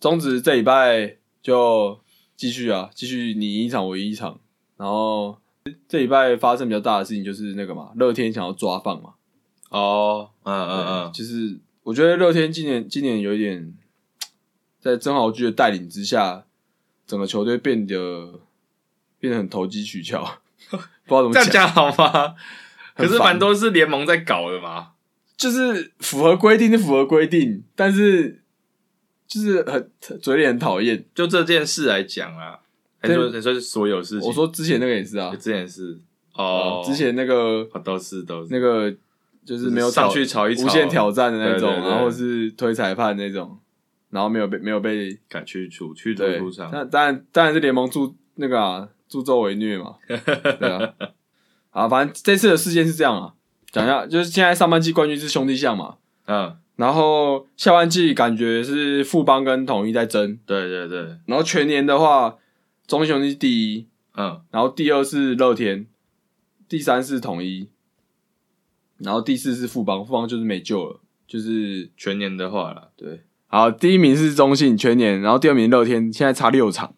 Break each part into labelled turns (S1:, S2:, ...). S1: 中职这礼拜就继续啊，继续你一场我一场，然后这礼拜发生比较大的事情就是那个嘛，乐天想要抓放嘛，
S2: 哦，嗯嗯
S1: 嗯，
S2: 嗯，
S1: 就是我觉得乐天今年今年有一点在曾豪居的带领之下，整个球队变得变得很投机取巧， 不知道怎么
S2: 这
S1: 讲
S2: 样，讲好吗？可
S1: 很
S2: 是
S1: 烦
S2: 蛮多是联盟在搞的嘛，
S1: 就是符合规定是符合规定，但是就是很嘴脸很讨厌。
S2: 就这件事来讲啊，还说
S1: 对
S2: 还说是所有事情，
S1: 我说之前那个也是啊，
S2: 这件事哦，
S1: 之前那个
S2: 哦都是都是
S1: 那个就是没有
S2: 上
S1: 挑
S2: 去吵一吵，
S1: 无限挑战的那种，
S2: 对对对
S1: 然后是推裁判那种，然后没有被没有被
S2: 赶去除去除
S1: 对
S2: 出，场，
S1: 那当然当然是联盟助那个啊助纣为虐 嘛，对啊，啊反正这次的事件是这样啊，讲一下就是现在上半季冠军是兄弟象嘛，
S2: 嗯，
S1: 然后下半季感觉是富邦跟统一在争，
S2: 对对对，
S1: 然后全年的话中信兄弟第一，
S2: 嗯
S1: 然后第二是乐天，第三是统一，然后第四是富邦，富邦就是没救了，就是
S2: 全年的话啦，对，
S1: 好，第一名是中信全年，然后第二名乐天，现在差六场，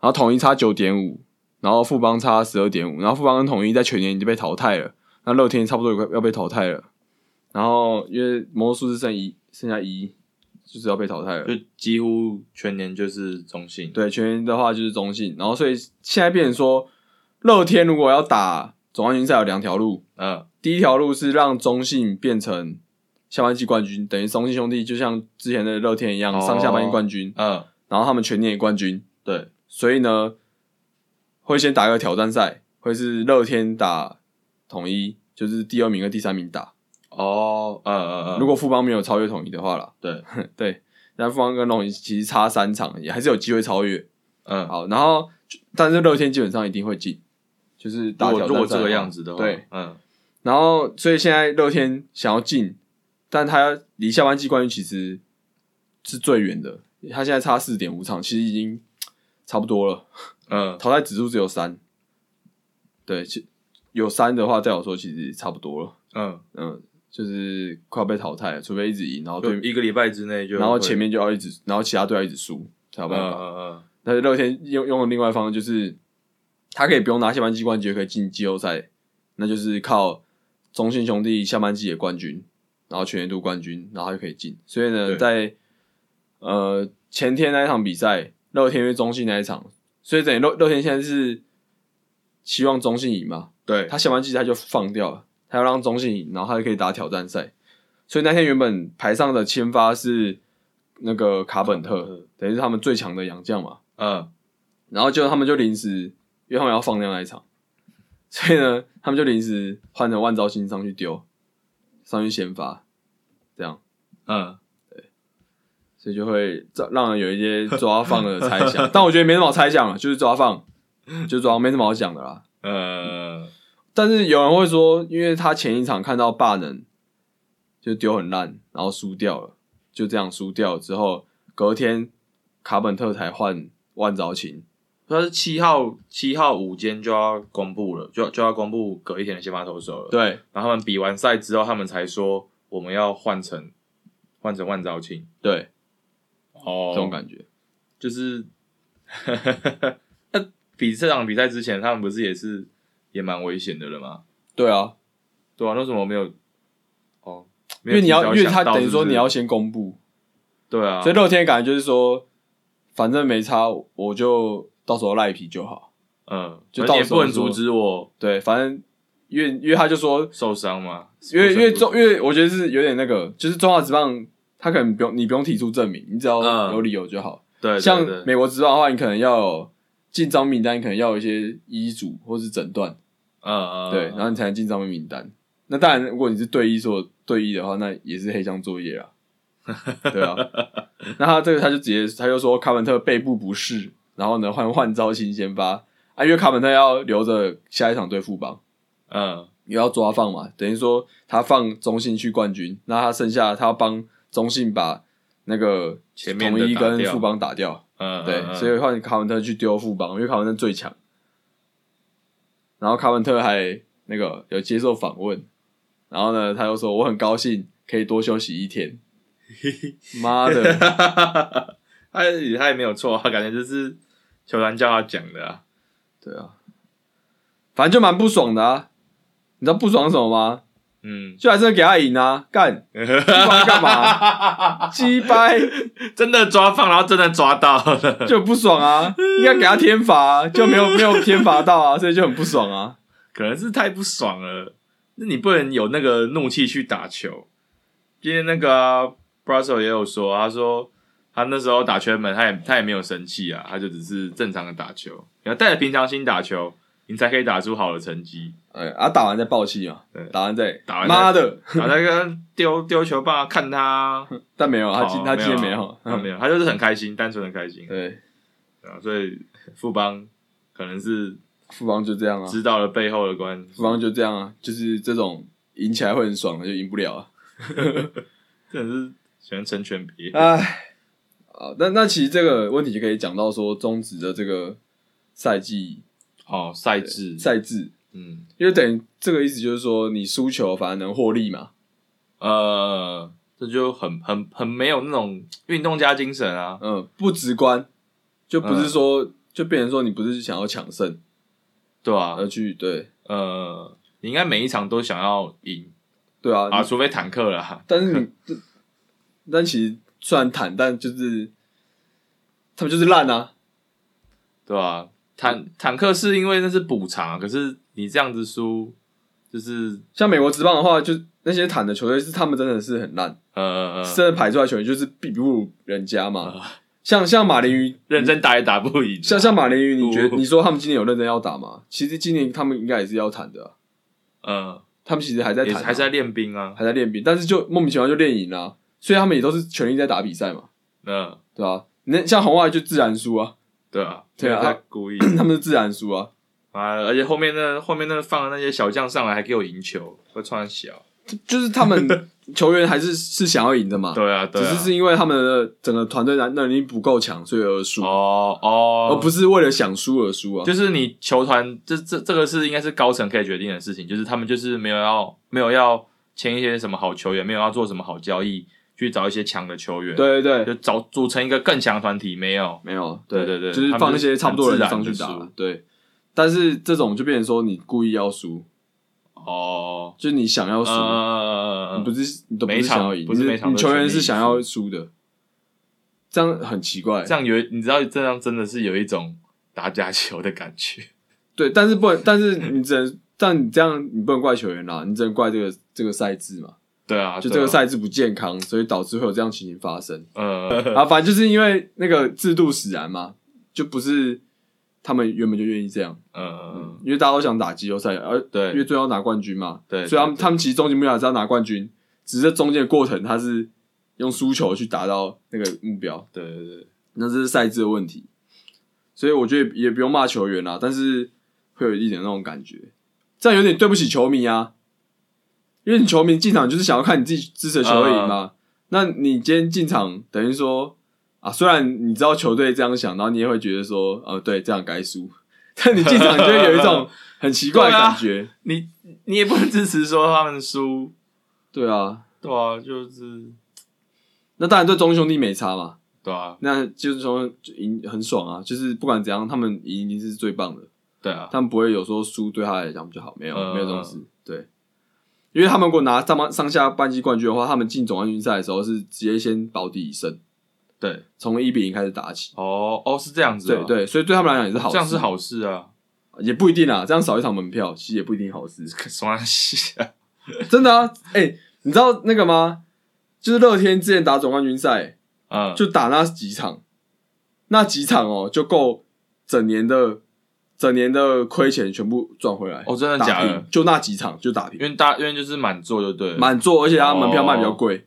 S1: 然后统一差九点五，然后富邦差十二点五，然后富邦跟统一在全年已经被淘汰了，那乐天差不多也快要被淘汰了，然后因为魔术师剩一剩下一，就是要被淘汰了。
S2: 就几乎全年就是中性，
S1: 对，全员的话就是中信，然后所以现在变成说，乐天如果要打总冠军赛有两条路，
S2: 嗯
S1: 第一条路是让中信变成下半季冠军，等于中信兄弟就像之前的乐天一样，
S2: 哦
S1: 上下半季冠军，
S2: 嗯，
S1: 然后他们全年也冠军，
S2: 对，
S1: 所以呢，会先打一个挑战赛，会是乐天打统一，就是第二名跟第三名打，
S2: 哦，嗯嗯嗯，
S1: 如果富邦没有超越统一的话啦，
S2: 对，
S1: 对，但富邦跟统一其实差三场，也还是有机会超越。
S2: 嗯，
S1: 好，然后就但是乐天基本上一定会进，就是打
S2: 如
S1: 挑
S2: 果如果
S1: 战赛啊
S2: 这个样子的话，
S1: 对，，
S2: 嗯，
S1: 然后所以现在乐天想要进，但他离下半季冠军其实是最远的，他现在差四点五场，其实已经差不多了，
S2: 嗯，
S1: 淘汰指数只有三，对，其有三的话，在我说其实差不多了，
S2: 嗯，
S1: 嗯，就是快要被淘汰了，除非一直赢，然后
S2: 就
S1: 对，
S2: 一个礼拜之内就会，
S1: 然后前面就要一直，然后其他队要一直输，才有
S2: 嗯，
S1: 办法。
S2: 嗯嗯
S1: 但是乐天用用的另外一方式就是，他可以不用拿下半季冠军，也可以进季后赛，那就是靠中信兄弟下半季的冠军，然后全年度冠军，然后他就可以进。所以呢，
S2: 对
S1: 在呃前天那一场比赛，乐天对中信那一场，所以等于乐乐天现在是希望中信赢嘛，
S2: 对，
S1: 他下半季他就放掉了，他要让中信赢，然后他就可以打挑战赛。所以那天原本排上的签发是那个卡本特，
S2: 嗯
S1: 等于是他们最强的洋将嘛。
S2: 嗯，
S1: 然后就他们就临时，因为他们要放量那一场，所以呢，他们就临时换成万兆星上去丢，上去先发，这样，
S2: 嗯，
S1: 所以就会造让人有一些抓放的猜想。但我觉得没什么好猜想了，就是抓放，就是抓，没什么好讲的啦。
S2: 呃，
S1: 但是有人会说，因为他前一场看到霸能就丢很烂，然后输掉了，就这样输掉之后，隔天卡本特才换万兆琴，
S2: 他是七号七号午间就要公布了，就就要公布隔一天的先发投手了。，
S1: 对，
S2: 然后他们比完赛之后，他们才说我们要换成换成万兆庆
S1: 对，
S2: 哦
S1: 这种感觉。
S2: 就是， 那比这场比赛之前，他们不是也是也蛮危险的了吗？
S1: 对啊，
S2: 对啊，那为什么没有？哦，
S1: 因为你要，因为他等于说你要
S2: 是
S1: 先公布，
S2: 不是对啊，
S1: 所以乐天感觉就是说，反正没差，我就到时候赖皮就好。
S2: 嗯，
S1: 就
S2: 而
S1: 到
S2: 且也
S1: 时候
S2: 不能
S1: 说
S2: 阻止我
S1: 对，反正因为因为他就说，
S2: 受伤嘛，
S1: 因为因为
S2: 不是
S1: 中因为我觉得是有点那个，就是中华职棒他可能不用你不用提出证明，你只要
S2: 嗯
S1: 有理由就好。
S2: 对对
S1: 像
S2: 对
S1: 美国职棒的话，你可能要有进账名单，你可能要有一些医嘱或是诊断，
S2: 嗯嗯
S1: 对，然后你才能进账名单。那当然，如果你是对一做对一的话，那也是黑箱作 业啦。对啊，那他这个他就直接他就说卡本特背部不适，然后呢换换招新先发啊，因为卡本特要留着下一场对富邦，
S2: 嗯
S1: 也要抓放嘛，等于说他放中信去冠军，那他剩下他要帮中信把那个
S2: 前面的
S1: 统一
S2: 打
S1: 跟
S2: 掉
S1: 富邦打掉，
S2: 嗯，
S1: 对，
S2: 嗯
S1: 所以换卡文特去丢副帮，因为卡文特最强。然后卡文特还那个有接受访问，然后呢，他又 说我很高兴可以多休息一天。妈的，
S2: 他也他也没有错啊，感觉就是球团叫他讲的啊。
S1: 对啊，反正就蛮不爽的啊。你知道不爽是什么吗？
S2: 嗯，
S1: 就还是给他赢啊，干，不然干嘛？ 鸡掰
S2: 真的抓放，然后真的抓到了。
S1: 就不爽啊，应该给他天罚、啊，就没有没有天罚到啊，所以就很不爽啊。
S2: 可能是太不爽了。那你不能有那个怒气去打球。今天那个、啊、Brasso 也有说，啊他说他那时候打圈门，他也他也没有生气啊，他就只是正常的打球。你要带着平常心打球，你才可以打出好的成绩。
S1: 哎，啊，打完再爆气嘛
S2: 对，
S1: 打完再
S2: 打完再
S1: 妈的，
S2: 然后那个丢丢球棒 看他，
S1: 但没有，他今
S2: 哦
S1: 他今天没
S2: 啊
S1: 有，嗯
S2: 他没有，他就是很开心，单纯的开心。
S1: 对，
S2: 对啊，所以富邦可能是
S1: 富邦就这样啊，
S2: 知道了背后的关系，
S1: 富邦就这样啊，就是这种赢起来会很爽的，就赢不了啊。
S2: 真的是喜欢成全别人。
S1: 唉，啊，那那其实这个问题就可以讲到说中职的这个赛季
S2: 哦，赛制，
S1: 赛制，
S2: 嗯，
S1: 因为等于这个意思就是说你输球反而能获利嘛，
S2: 呃，这就很很很没有那种运动家精神啊。
S1: 嗯，不直观，就不是说、就变成说你不是想要抢胜
S2: 对啊，
S1: 而去对
S2: 呃，你应该每一场都想要赢
S1: 对啊，
S2: 啊，
S1: 你
S2: 除非坦克啦。
S1: 但是你 这但其实虽然坦，但就是他们就是烂啊，
S2: 对啊，坦坦克是因为那是补偿，啊可是你这样子输，就是
S1: 像美国职棒的话，就那些坦的球队是他们真的是很烂。
S2: 呃，
S1: 真的排出来球员就是比不如人家嘛。
S2: 嗯
S1: 像像马林鱼，
S2: 认真打也打不赢。啊
S1: 像像马林鱼，你觉
S2: 不
S1: 你说他们今年有认真要打吗？其实今年他们应该也是要谈的啊、
S2: 呃，
S1: 他们其实还在
S2: 也
S1: 谈、
S2: 还是在练兵啊。
S1: 还在练兵，但是就莫名其妙就练赢了、啊所以他们也都是全力在打比赛嘛，
S2: 嗯，
S1: 对吧、那像红外就自然输啊，
S2: 对啊，
S1: 对啊
S2: 因为他故意
S1: 他们是自然输啊，
S2: 啊，而且后面那后面那放的那些小将上来还给我赢球，会穿小。
S1: 就是他们 球员还是是想要赢的嘛，
S2: 对啊，对
S1: 只
S2: 啊，
S1: 是是因为他们的整个团队能能力不够强，所以而输，
S2: 哦哦，
S1: 而不是为了想输而输啊。
S2: 就是你球团这这这个是应该是高层可以决定的事情，就是他们就是没有要没有要签一些什么好球员，没有要做什么好交易，去找一些强的球员，，
S1: 对对对，
S2: 就找组成一个更强的团体，没有，
S1: 没有，
S2: 对对对
S1: 就是放一些差不多的人上去
S2: 他们就是很自然地
S1: 打
S2: 输，
S1: 对。但是这种就变成说你故意要输，
S2: 哦，
S1: 就是你想要输，
S2: 呃
S1: 你不，是你都不
S2: 每
S1: 是
S2: 一场
S1: 想要赢，
S2: 不是
S1: 你
S2: 每场
S1: 你
S2: 都
S1: 球员
S2: 全力
S1: 是
S2: 以
S1: 想
S2: 赴
S1: 要输的，这样很奇怪
S2: 这。样有你知道这样真的是有一种打假球的感觉，
S1: 对，但是不能，但是你只能，但你这样你不能怪球员啦，你只能怪这个这个赛制嘛，
S2: 对啊，
S1: 就
S2: 对啊
S1: 这个，赛制不健康，所以导致会有这样情形发生。
S2: 呃，
S1: 啊，反正就是因为那个制度使然嘛，就不是他们原本就愿意这样，
S2: 呃，
S1: 因为大家都想打季后赛，而嗯因为
S2: 对，
S1: 最后要拿冠军嘛，
S2: 对
S1: 所以他们
S2: 对对
S1: 他们其实终极目标还是要拿冠军，只是中间的过程他是用输球去达到那个目标，
S2: 对对对，
S1: 那这是赛制的问题，所以我觉得也不用骂球员啦，但是会有一点那种感觉，这样有点对不起球迷啊，因为你球迷进场就是想要看你自己支持的球队赢
S2: 啊
S1: 嘛，那你今天进场等于说啊，虽然你知道球队这样想，然后你也会觉得说，呃，对，这样该输， 但你进场就会有一种很奇怪的感觉。
S2: 你你也不能支持说他们输，
S1: 对啊，
S2: 对啊，就是
S1: 那当然对中兄弟没差嘛，
S2: 对啊，
S1: 那就是说就赢很爽啊，就是不管怎样，他们赢一定是最棒的，
S2: 对啊，
S1: 他们不会有说输对他来讲就好，没有、
S2: 嗯
S1: 没有这种事，对。因为他们如果拿上上下半季冠军的话，他们进总冠军赛的时候是直接先保底一胜，
S2: 对，
S1: 从一比零开始打起。
S2: 哦哦是这样子、
S1: 对
S2: 啊，
S1: 对，所以对他们来讲也是好事，
S2: 这样是好事啊，
S1: 也不一定啊。这样少一场门票，其实也不一定好事。
S2: 可什么东西啊？
S1: 真的啊，哎、你知道那个吗？就是乐天之前打总冠军赛，
S2: 嗯，
S1: 就打那几场，那几场哦，就够整年的整年的亏钱全部赚回来。
S2: 哦，真的假
S1: 打
S2: 的
S1: 平？就那几场就打
S2: 因
S1: 平，
S2: 为大因为就是满座就对了，
S1: 满座，而且他门票卖比
S2: 哦
S1: 较贵，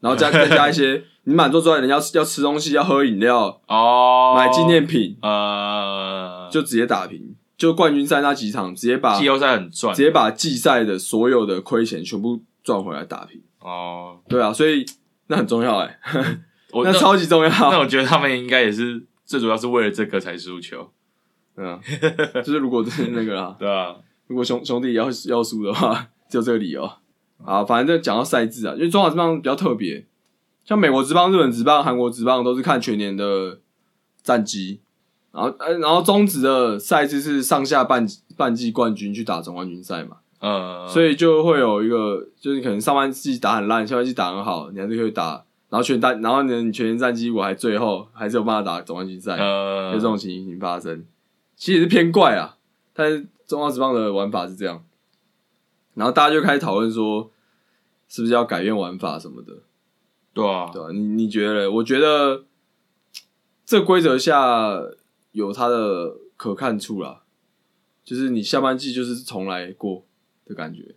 S1: 然后加再加一 些，你满座之外，人要吃要吃东西，要喝饮料，
S2: 哦，
S1: 买纪念品，
S2: 呃，
S1: 就直接打平。就冠军赛那几场，直接把
S2: 季
S1: 直
S2: 后赛很赚，
S1: 接把季赛的所有的亏钱全部赚回来打平。
S2: 哦，
S1: 对啊，所以那很重要哎、
S2: 我
S1: 那
S2: 哦那
S1: 超级重
S2: 那
S1: 要。
S2: 我觉得他们应该也是最主要是为了这个才输球，
S1: 嗯，就是如果是那个啦，
S2: 对啊，
S1: 如果兄兄弟要要 输的话，就这个理由啊。反正就讲到赛制啊，因为中华这棒比较特别，像美国职棒、日本职棒、韩国职棒都是看全年的战绩，然后呃，然后中职的赛制是上下半半季冠军去打总冠军赛嘛，
S2: 呃，
S1: 所
S2: 以
S1: 以就会有一个，就是可能上半季打很烂，下半季打很好，你还是可以打，然后全单，然后呢，你全年战绩我还最后还是有办法打总冠军赛，
S2: 呃，
S1: 就这种情形发生，其实也是偏怪啊。但是中华职棒的玩法是这样，然后大家就开始讨论说，是不是要改变玩法什么的，
S2: 对啊，
S1: 对吧、你你觉得嘞？我觉得这规则下有它的可看处啦，就是你下半季就是重来过的感觉。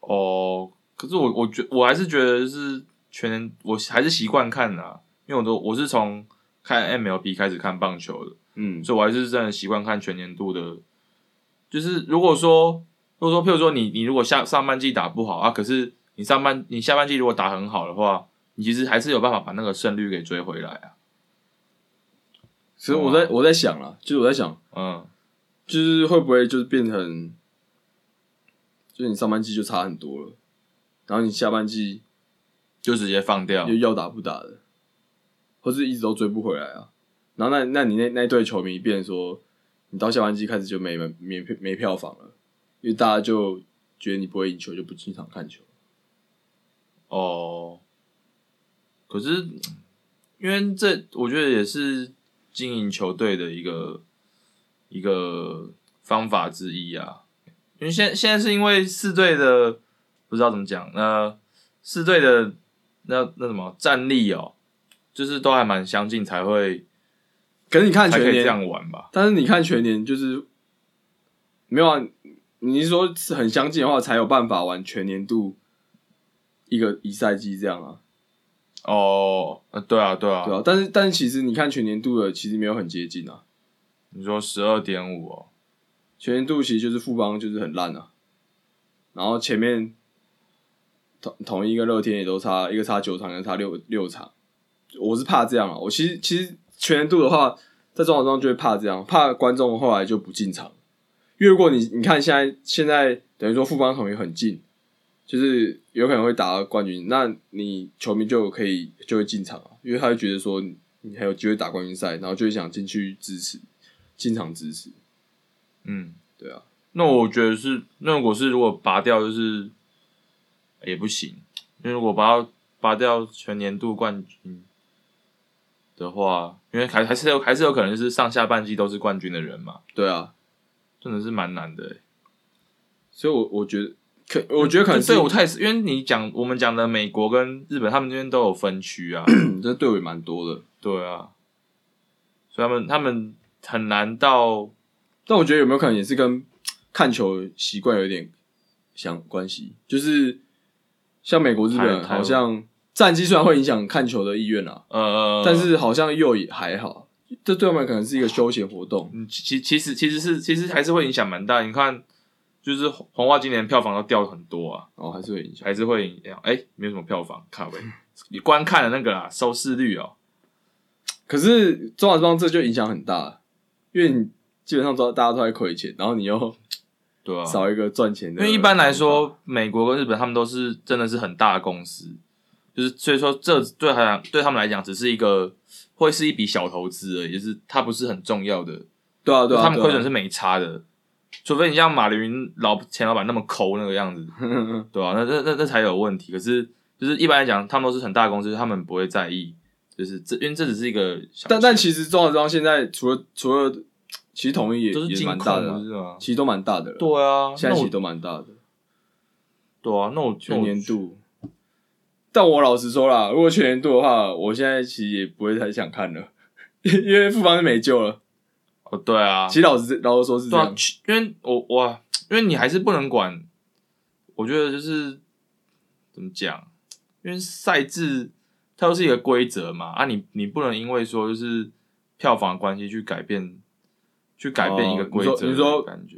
S2: 哦，可是我我觉我还是觉得是全年，我还是习惯看的、啊，因为我都我是从看 MLB 开始看棒球的，
S1: 嗯，
S2: 所以我还是真的习惯看全年度的。就是如果说如果说譬如说你你如果下上半季打不好啊，可是你上半你下半季如果打很好的话，你其实还是有办法把那个胜率给追回来啊。
S1: 其实我在我在想啦，就是我在想，
S2: 嗯，
S1: 就是会不会就是变成，就是你上半季就差很多了，然后你下半季
S2: 就直接放掉
S1: 又。要打不打的，或是一直都追不回来啊。然后那那你那那一队球迷变成说，你到下半季开始就没门没没票房了，因为大家就觉得你不会赢球，就不经常看球。
S2: 哦，可是嗯因为这，我觉得也是经营球队的一个一个方法之一啊。因为现现在是因为四队的不知道怎么讲，那四队的那那什么战力哦，就是都还蛮相近，才会
S1: 可是你看
S2: 才可
S1: 全
S2: 以这
S1: 年，
S2: 样玩吧？
S1: 但是你看全年就是没有啊，你是说是很相近的话，才有办法玩全年度一个一赛季这样啊？
S2: 哦，呃，对啊，对啊，
S1: 对啊，但是但是其实你看全年度的其实没有很接近啊，
S2: 你说十二点五哦，
S1: 全年度其实就是富邦就是很烂啊，然后前面统统一跟乐天也都差一个差九场，一个差六六场，我是怕这样啊，我其实其实全年度的话，在中华中就会怕这样，怕观众后来就不进场，因为如果你你看现在现在等于说富邦统一很近。就是有可能会打到冠军，那你球迷就可以就会进场啊，因为他会觉得说你你还有机会打冠军赛，然后就会想进去支持，进场支持。
S2: 嗯，
S1: 对啊。
S2: 那我觉得是，那如果是如果拔掉，就是也不行，因为如果拔掉拔掉全年度冠军的话，因为还还是有还是有可能就是上下半季都是冠军的人嘛，
S1: 对啊，
S2: 真的是蛮难的欸。
S1: 所以我我觉得可，我觉得可能是
S2: 对我太因为你讲我们讲的美国跟日本，他们这边都有分区 啊，
S1: 嗯这对我也蛮多的，
S2: 对啊，所以他们他们很难到
S1: 但我觉得有没有可能也是跟看球习惯有点相关系，就是像美国、日
S2: 台
S1: 本
S2: 台湾
S1: 好像战绩虽然会影响看球的意愿啊，
S2: 呃，
S1: 但是好像又也还好，这对我们可能是一个休闲活动。
S2: 嗯，其其其实其实是其实还是会影响蛮大。你看，就是红红袜今年票房都掉很多啊，
S1: 哦，还是会影响。
S2: 还是会影响。哎、没有什么票房卡位，你观看的那个啦，收视率哦、
S1: 可是中华之邦这就影响很大，因为你基本上都大家都在亏钱，然后你又
S2: 对啊，
S1: 少一个赚钱
S2: 因
S1: 的。
S2: 为一般来，说，美国跟日本他们都是真的是很大的公司，就是所以说这对他来对他们来讲只是一个会是一笔小投资而已，就是它不是很重要的，
S1: 对啊对啊，
S2: 他们亏损
S1: 是
S2: 是没差的。除非你像马云老前老板那么抠那个样 子，对啊，那那那那才有问题。可是就是一般来讲，他们都是很大的公司，他们不会在意，就是这因为这只是一个小，
S1: 但但其实中华之邦现在除了除了，其实统一也
S2: 都是
S1: 也
S2: 金
S1: 蛮
S2: 控
S1: 大的啊、
S2: 不是吗？
S1: 其实都蛮大的了。
S2: 对啊，
S1: 现在
S2: 那
S1: 其
S2: 我
S1: 实都蛮大的，
S2: 对啊，那我那
S1: 全
S2: 我
S1: 年度。但我老实说啦，如果全年度的话，我现在其实也不会太想看了，因为富邦是没救了。
S2: 哦对啊，
S1: 其实老实老实说是这
S2: 对啊
S1: 样，，
S2: 去因为我哇，因为你还是不能管，我觉得就是怎么讲，因为赛制它都是一个规则嘛，啊你你不能因为说就是票房的关系去改变。去改变一个
S1: 哦
S2: 规
S1: 你说
S2: 则的感觉、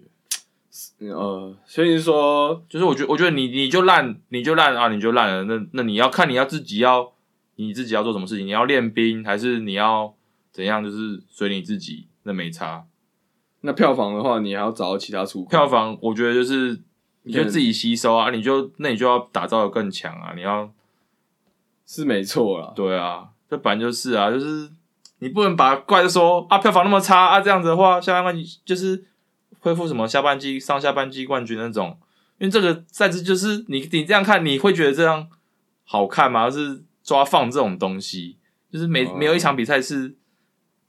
S1: 你说
S2: 啊
S1: 嗯呃，所以说
S2: 就是我觉得，我觉得你你就烂，你就烂啊，你就烂了。那那你要看你要自己要你自己要做什么事情，你要练兵还是你要怎样？就是随你自己，那没差。
S1: 那票房的话，你还要找到其他出口。
S2: 票房我觉得就是你就
S1: 嗯
S2: 啊自己吸收啊，你就那你就要打造的更强啊，你要
S1: 是没错啦。
S2: 对啊，这本来就是啊，就是你不能把怪就说啊票房那么差啊，这样子的话，下半季就是恢复什么下半季、上下半季冠军那种，因为这个赛制就是你你这样看，你会觉得这样好看吗？就是抓放这种东西，就是没、
S1: 哦
S2: 没有一场比赛是，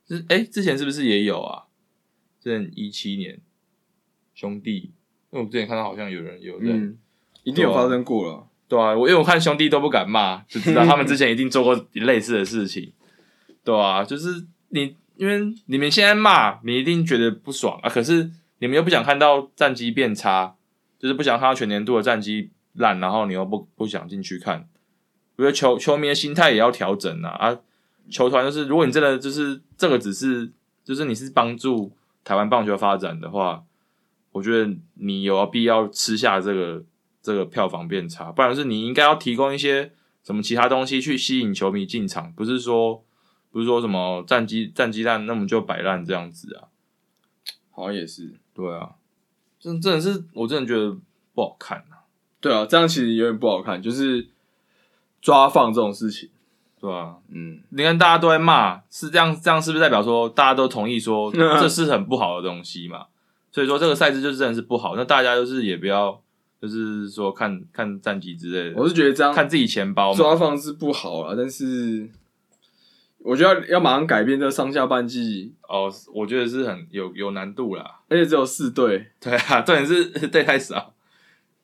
S2: 就是哎、之前是不是也有啊？之前一七年兄弟，因为我之前看到好像有人有在。
S1: 嗯，一定有发生过了。
S2: 对啊，我因为我看兄弟都不敢骂，就知道他们之前一定做过类似的事情。对啊，就是你，因为你们现在骂，你一定觉得不爽啊。可是你们又不想看到战绩变差，就是不想看到全年度的战绩烂，然后你又不不想进去看。我觉得球球迷的心态也要调整啊啊！球团就是，如果你真的就是这个只是就是你是帮助台湾棒球发展的话，我觉得你有必要吃下这个这个票房变差，不然是你应该要提供一些什么其他东西去吸引球迷进场，不是说不是说什么战机战机烂，那么就摆烂这样子啊？
S1: 好像也是。
S2: 对啊，真真的是我真的觉得不好看啊，
S1: 对啊，这样其实有点不好看，就是抓放这种事情。
S2: 对啊，
S1: 嗯，
S2: 你看大家都在骂，是这样这样是不是代表说大家都同 意说这是很不好的东西嘛？所以说这个赛制就是真的是不好，那大家就是也不要就是说看看战绩之类的，
S1: 我是觉得这样
S2: 看自己钱包嘛。
S1: 抓放是不好啊啦，但是我觉得要要马上改变这上下半季，
S2: 哦，我觉得是很有有难度啦。
S1: 而且只有四队，
S2: 对啊，重点是 对太少，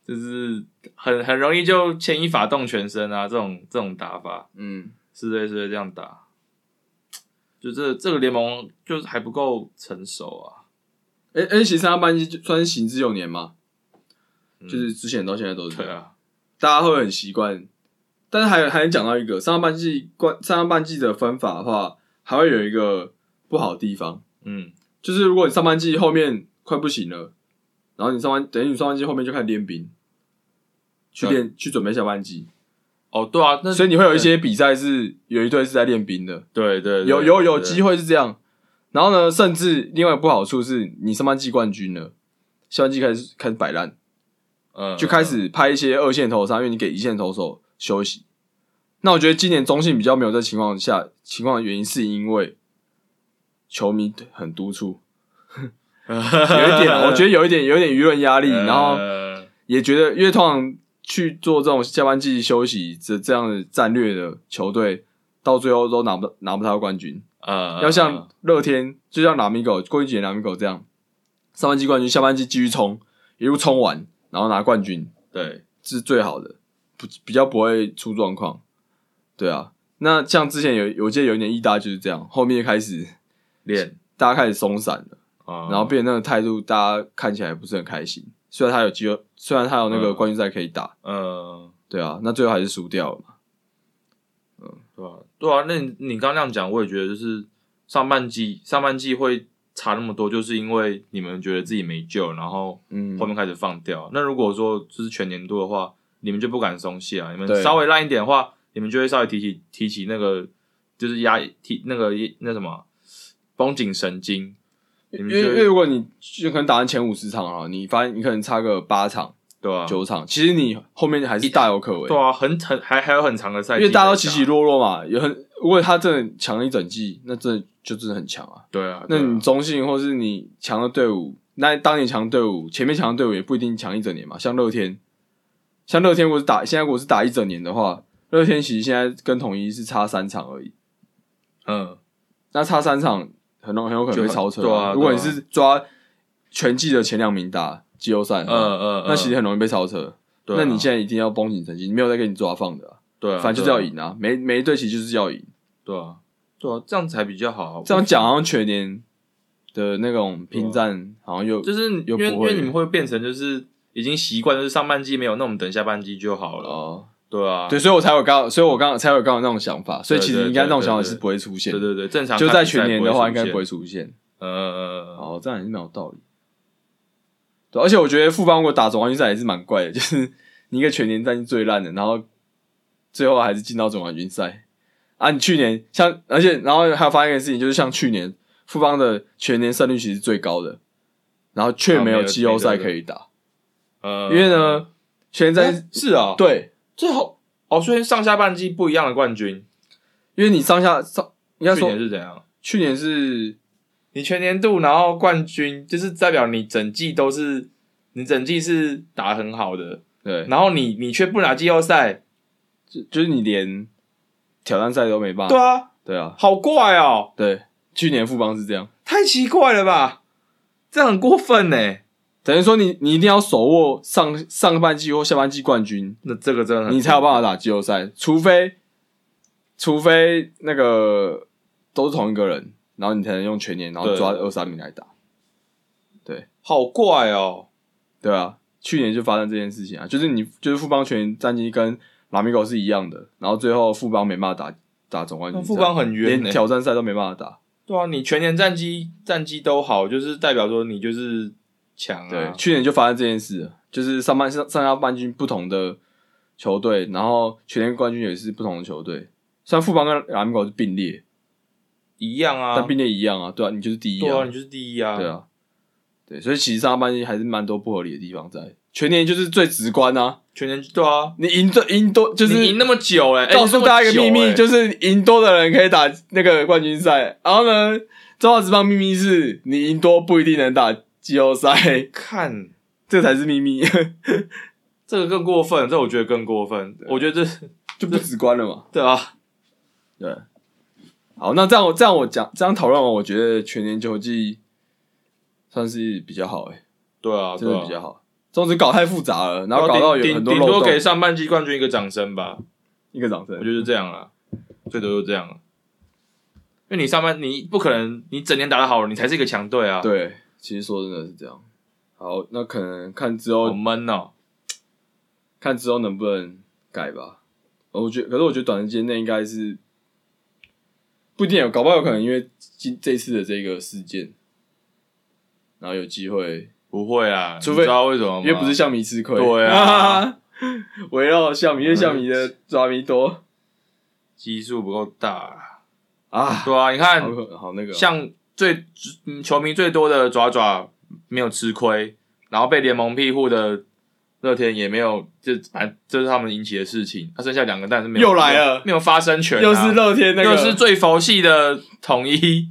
S2: 就是很很容易就牵一发动全身啊，这种这种打法，
S1: 嗯，
S2: 四对四对这样打，就这这个联盟就是还不够成熟啊。
S1: 哎、而且其实上下半季就算是行之有年嘛，
S2: 嗯
S1: 就是之前到现在都是这
S2: 对
S1: 样，
S2: 啊，
S1: 大家会很习惯。但是还有还能讲到一个上下半季冠上下半季的分法的话，还会有一个不好的地方，
S2: 嗯，
S1: 就是如果你上半季后面快不行了，然后你上半等于你上半季后面就开始练兵，去
S2: 对
S1: 练去准备下半季，
S2: 哦，对啊，那
S1: 所以你会有一些比赛是有一队是在练兵的，
S2: 对对
S1: 有有有机
S2: 会，
S1: 会是这样。然后呢，甚至另外一个不好处是你上半季冠军了，下半季开始开始摆烂，
S2: 嗯，
S1: 就开始拍一些二线投手，因为你给一线投手休息。那我觉得今年中信比较没有这情况下情况的原因，是因为球迷很督促，有一点啊，我觉得有一点有一点舆论压力，然后
S2: 嗯
S1: 也觉得，因为通常去做这种下半季休息这这样的战略的球队，到最后都拿不拿不到冠军。
S2: 呃，
S1: 要像乐天，就像拉米狗过去几年拉米狗这样，上半季冠军，下半季继续冲，一路冲完，然后拿冠军
S2: 对
S1: 是最好的，不比较不会出状况。对啊，那像之前有我记得有一年意大就是这样，后面开始
S2: 练，
S1: 大家开始松散了。
S2: 然
S1: 然后变成那个态度，大家看起来不是很开心。虽然他有机会，虽然他有那个
S2: 嗯
S1: 冠军赛可以打，
S2: 嗯。
S1: 对啊，那最后还是输掉了嘛。
S2: 对啊，对啊，那你你刚刚那样讲，我也觉得就是上半季上半季会差那么多，就是因为你们觉得自己没救，然后
S1: 嗯
S2: 后，面开始放掉。那如果说就是全年度的话，你们就不敢松懈啊，你
S1: 对
S2: 们稍微烂一点的话，你们就会稍微提起提起那个就是压提那个那什么绷紧神经，你
S1: 因
S2: 们
S1: 为因
S2: 就
S1: 为
S2: 会
S1: 如果你就可能打完前五十场啊，你发现你可能差个八场、
S2: 对啊，
S1: 九场，其实你后面还是大有可为
S2: 对，啊，很很还还有很长的赛
S1: 因
S2: 季，
S1: 为大家都起起，落落嘛。也很，如果他真的强一整季，那真的就真的很强啊。
S2: 对啊，
S1: 那
S2: 对啊
S1: 你中信或是你强的队伍，那当年强的队伍，前面强的队伍也不一定强一整年嘛。像乐天，像乐天，如果是打现在如果是打一整年的话，乐天其实现在跟统一是差三场而已。
S2: 嗯
S1: 那差三场很容很有可能被超车、
S2: 就对啊
S1: 如果你
S2: 对啊
S1: 是抓全季的前两名打季后赛，
S2: 嗯嗯，
S1: 那其实
S2: 嗯
S1: 很容易被超车。
S2: 对啊
S1: 那你现在一定要绷紧神经，你没有在给你抓放的、啊，
S2: 对啊，
S1: 反正就是
S2: 对啊
S1: 要赢啊！每每一队其实就是要赢。
S2: 对啊，对啊，这样才比较好啊。
S1: 这样讲好像全年的那种拼战好像又
S2: 啊就是因
S1: 又不
S2: 为
S1: 会
S2: 因为你们会变成就是已经习惯，就是上半季没有，那我们等下半季就好了。
S1: 哦。
S2: 对啊，
S1: 对，所以我才有刚，所以我刚才有刚刚那种想法，所以其实应该那种想法是不会出现
S2: 对
S1: 的，
S2: 对对，正常
S1: 就在
S2: 看比
S1: 全
S2: 赛
S1: 年的话，应
S2: 出
S1: 该
S2: 现
S1: 不会。出现。
S2: 嗯嗯嗯嗯，
S1: 哦，这样也是蛮有道理。对，而且我觉得富邦如果打总冠军赛也是蛮怪的，就是你一个全年战绩最烂的，然后最后还是进到总冠军赛啊！你去年像，而且然后还有发现一个事情，就是像去年富邦的全年胜率其实最高的，然后却
S2: 啊
S1: 没
S2: 没
S1: 有
S2: 有
S1: 季后
S2: 没
S1: 赛
S2: 有
S1: 可以打，
S2: 嗯
S1: 因为呢，全年战绩
S2: 哎是啊，
S1: 对
S2: 最后哦，所以上下半季不一样的冠军，
S1: 因为你上下上应该
S2: 去
S1: 说
S2: 年是怎样？
S1: 去年是
S2: 你全年度然后冠军，就是代表你整季都是你整季是打得很好的，
S1: 对，
S2: 然后你你却不拿季后赛，
S1: 就就是你连挑战赛都没办法，
S2: 对啊，
S1: 对啊，
S2: 好怪哦，
S1: 对，去年富邦是这样，
S2: 太奇怪了吧？这很过分呢。
S1: 等于说你你一定要手握上上半季或下半季冠军，
S2: 那这个真的很
S1: 你才有办法打季后赛，除非除非那个都是同一个人，然后你才能用全年，然后抓二三名来打，
S2: 好怪哦。
S1: 对啊，去年就发生这件事情啊，就是你就是富邦全年战绩跟拉米狗是一样的，然后最后富邦没办法打打总冠
S2: 那
S1: 军赛，
S2: 哦富邦很冤
S1: 连
S2: 呢、
S1: 挑战赛都没办法打，
S2: 对啊，你全年战绩战绩都好，就是代表说你就是强
S1: 对
S2: 啊，。
S1: 去年就发生这件事了，就是上半上上下半军不同的球队，然后全年冠军也是不同的球队，虽然富邦跟拉米狗是并列，
S2: 一样啊
S1: 但，并列一样啊，对啊，你就是第一
S2: 对啊，你就是第一啊，
S1: 对啊，对，所以其实上下半季还是蛮多不合理的地方在。全年就是最直观啊，
S2: 全年对啊，
S1: 你赢多赢多就
S2: 你
S1: 是
S2: 赢那么久哎、欸，
S1: 告诉大家一个秘密，
S2: 是
S1: 就是赢多的人可以打那个冠军赛。然后呢，中华职棒秘密是你赢多不一定能打季后赛，
S2: 看
S1: 这才是秘密，
S2: 这个更过分，这我觉得更过分，我觉得这
S1: 就不直观了嘛。
S2: 对啊，
S1: 对，好，那这样我这样我讲这样讨论完，我觉得全年球季算是比较好、欸，
S2: 对啊，
S1: 真
S2: 对
S1: 的
S2: 啊，
S1: 比较好。总之搞太复杂了，然后搞
S2: 顶
S1: 到有
S2: 顶
S1: 很多
S2: 顶
S1: 漏
S2: 多
S1: 洞
S2: 给。上半季冠军一个掌声吧，
S1: 一个掌
S2: 我
S1: 声，
S2: 觉得就这样了，最多就这样了。啊因为你上半你不可能，你整年打得好，你才是一个强队啊，，
S1: 对，其实说真的是这样。好，那可能看之
S2: 好
S1: 后、
S2: 闷哦、
S1: 看之后能不能改吧。我觉得，可是我觉得短时间内应该是不一定欸有，搞不好有可能因为今这次的这个事件，然后有机会，
S2: 不会啊，
S1: 除
S2: 你
S1: 非
S2: 知道为什么
S1: 因
S2: 吗？
S1: 为不是橡皮吃亏，嗯
S2: 对 啊，
S1: 围绕橡皮，因为橡皮的抓迷多
S2: 基数不够大啊、
S1: 啊，
S2: 对啊，你看
S1: 好可好那个哦
S2: 像最嗯球迷最多的爪爪没有吃亏，然后被联盟庇护的乐天也没有，这反正这是他们引起的事情。他、剩下两个但是没有
S1: 又来了
S2: 没有发声权啊、
S1: 又是乐天那个，
S2: 又是最佛系的统一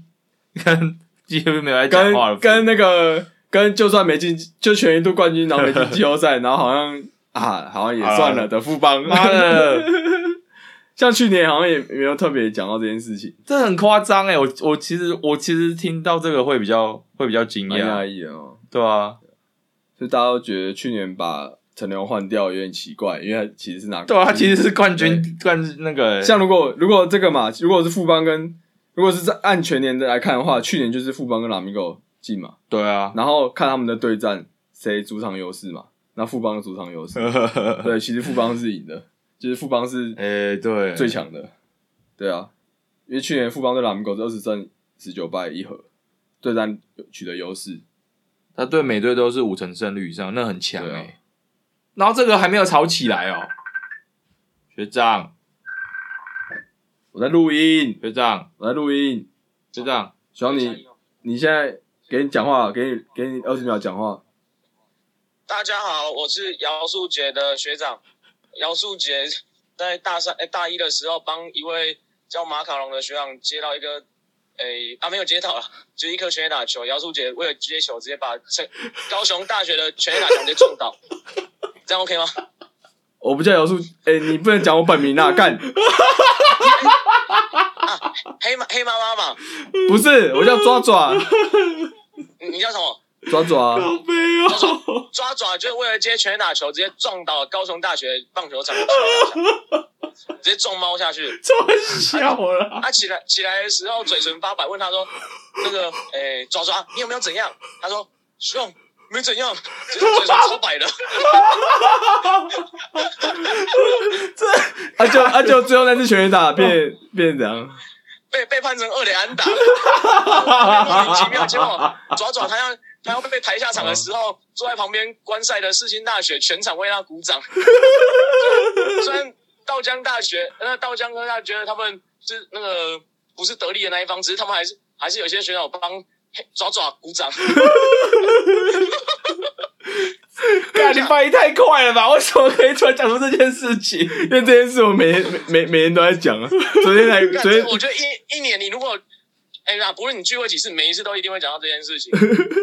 S2: 跟几乎没有在讲话了
S1: 跟，跟那个跟就算没进就全年度冠军，然后没进季后赛， 然后好像啊好像也算
S2: 好
S1: 了
S2: 啦
S1: 的富邦，
S2: 妈的，
S1: 像去年好像也没有特别讲到这件事情，
S2: 这很夸张哎！我我其实我其实听到这个会比较会比较惊
S1: 蛮压
S2: 讶，
S1: 抑的哦。
S2: 对啊，
S1: 所以大家都觉得去年把陈龙换掉有点奇怪，因为他其实是拿
S2: 对啊，他其实是冠军冠军那个欸
S1: 像如果如果这个嘛，如果是富邦跟如果是在按全年的来看的话，去年就是富邦跟拉米狗进嘛，
S2: 对 啊，
S1: 然后看他们的对战谁主场优势嘛，那富邦的主场优 势，对，其实富邦是赢的，就是富邦是
S2: 哎对，
S1: 最强的。对啊，因为去年富邦对拉米狗是二十胜十九败一和，对战取得优势。
S2: 他对每队都是五成胜率以上，那很强哎、
S1: 对啊
S2: 然后这个还没有吵起来哦，学长，
S1: 我在录音，
S2: 学长，
S1: 我在录音。
S2: 学长，
S1: 小王你你现在给你讲话，给你给你二十秒讲话。
S3: 大家好，我是姚素杰的学长。姚素杰在大三、哎大一的时候，帮一位叫马卡龙的学长接到一个，诶、啊没有接到了，就是一颗全垒打球。姚素杰为了接球，直接把这高雄大学的全垒打墙直接撞倒，这样 OK 吗？
S1: 我不叫姚树，哎、你不能讲我本名
S2: 嗯
S1: 啊！干，
S3: 黑妈黑妈妈嘛，
S1: 不是，我叫抓抓，
S3: 你你叫什么？
S1: 抓啊抓，
S2: 悲哦，
S3: 抓爪就是为了接全垒打球，直接撞倒高雄大学棒球场的全垒打墙，直接撞猫下去。
S2: 太小了，
S3: 他起来起来的时候嘴唇发白，问他说：“那个，诶、爪爪，你有没有怎样？”他说：“师兄，没怎样，只是嘴唇超白的。
S1: 啊就啊就最后那次全员打变变怎样？
S3: 被”被判成二连安打，莫名其妙。结果爪爪他要他要被抬下场的时候，坐在旁边观赛的世新大学全场为他鼓掌。虽然道江大学，那道江科大觉得他们是那个不是得利的那一方，只是他们还是还是有些选手帮爪爪鼓掌。
S2: 干你反应太快了吧？为 什么可以突然讲出这件事情？
S1: 因为这件事我每天每每每天都在讲 啊。昨天来，
S3: 干
S1: 昨天
S3: 这我觉得一一年你如果，哎、那不论你聚会几次，每一次都一定会讲到这 件事情。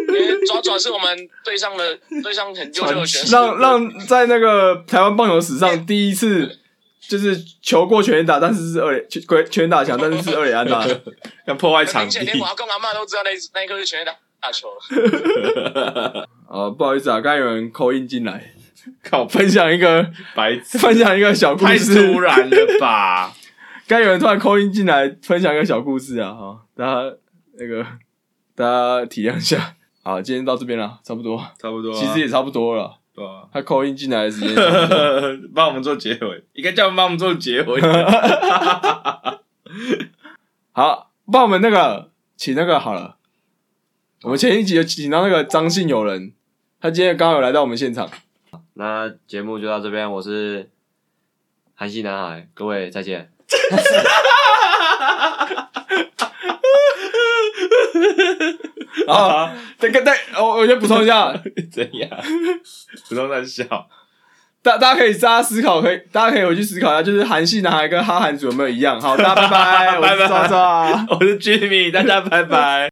S3: 因为爪爪是我们队上的队上很优秀的选手，
S1: 让让在那个台湾棒球史
S2: 哎
S1: 上第一次就是球过全垒打，但是是二垒全全垒打墙，但是是二垒安打。
S2: 要破坏
S3: 很
S2: 场
S3: 明
S2: 地
S3: 显，连我阿公阿妈都知道那一那一颗是全垒打打球了。
S1: 啊，不好意思啊，刚才有人扣印进来，
S2: 靠
S1: 分享一个
S2: 白痴，
S1: 分享一个小故
S2: 太
S1: 事。
S2: 突然了吧？
S1: 刚才有人突然扣音进来，分享一个小故事啊，哈，大家那个大家体谅一下。 好，今天到这边了，差不多，
S2: 差不多啊，
S1: 其实也差不多了。
S2: 对啊。
S1: 他扣音进来的时间差 不多，
S2: 帮我们做结尾，应该叫我们帮我们做结尾。
S1: 好，帮我们那个请那个好了。我们前一集有请到那个张姓友人，他今天刚好有来到我们现 场。
S4: 那节目就到这边，我是韩系男孩，各位再见。
S1: 啊，再跟再，我我先补充一下，
S2: 怎样？不用在笑，
S1: 大大家可以大家思考，可以大家可以回去思考一下，就是韩啊系男 孩跟哈韩族有没有一样？好，大家拜拜，我是
S2: 拜拜
S1: 赵赵。
S2: 我是 Jimmy，大家拜拜。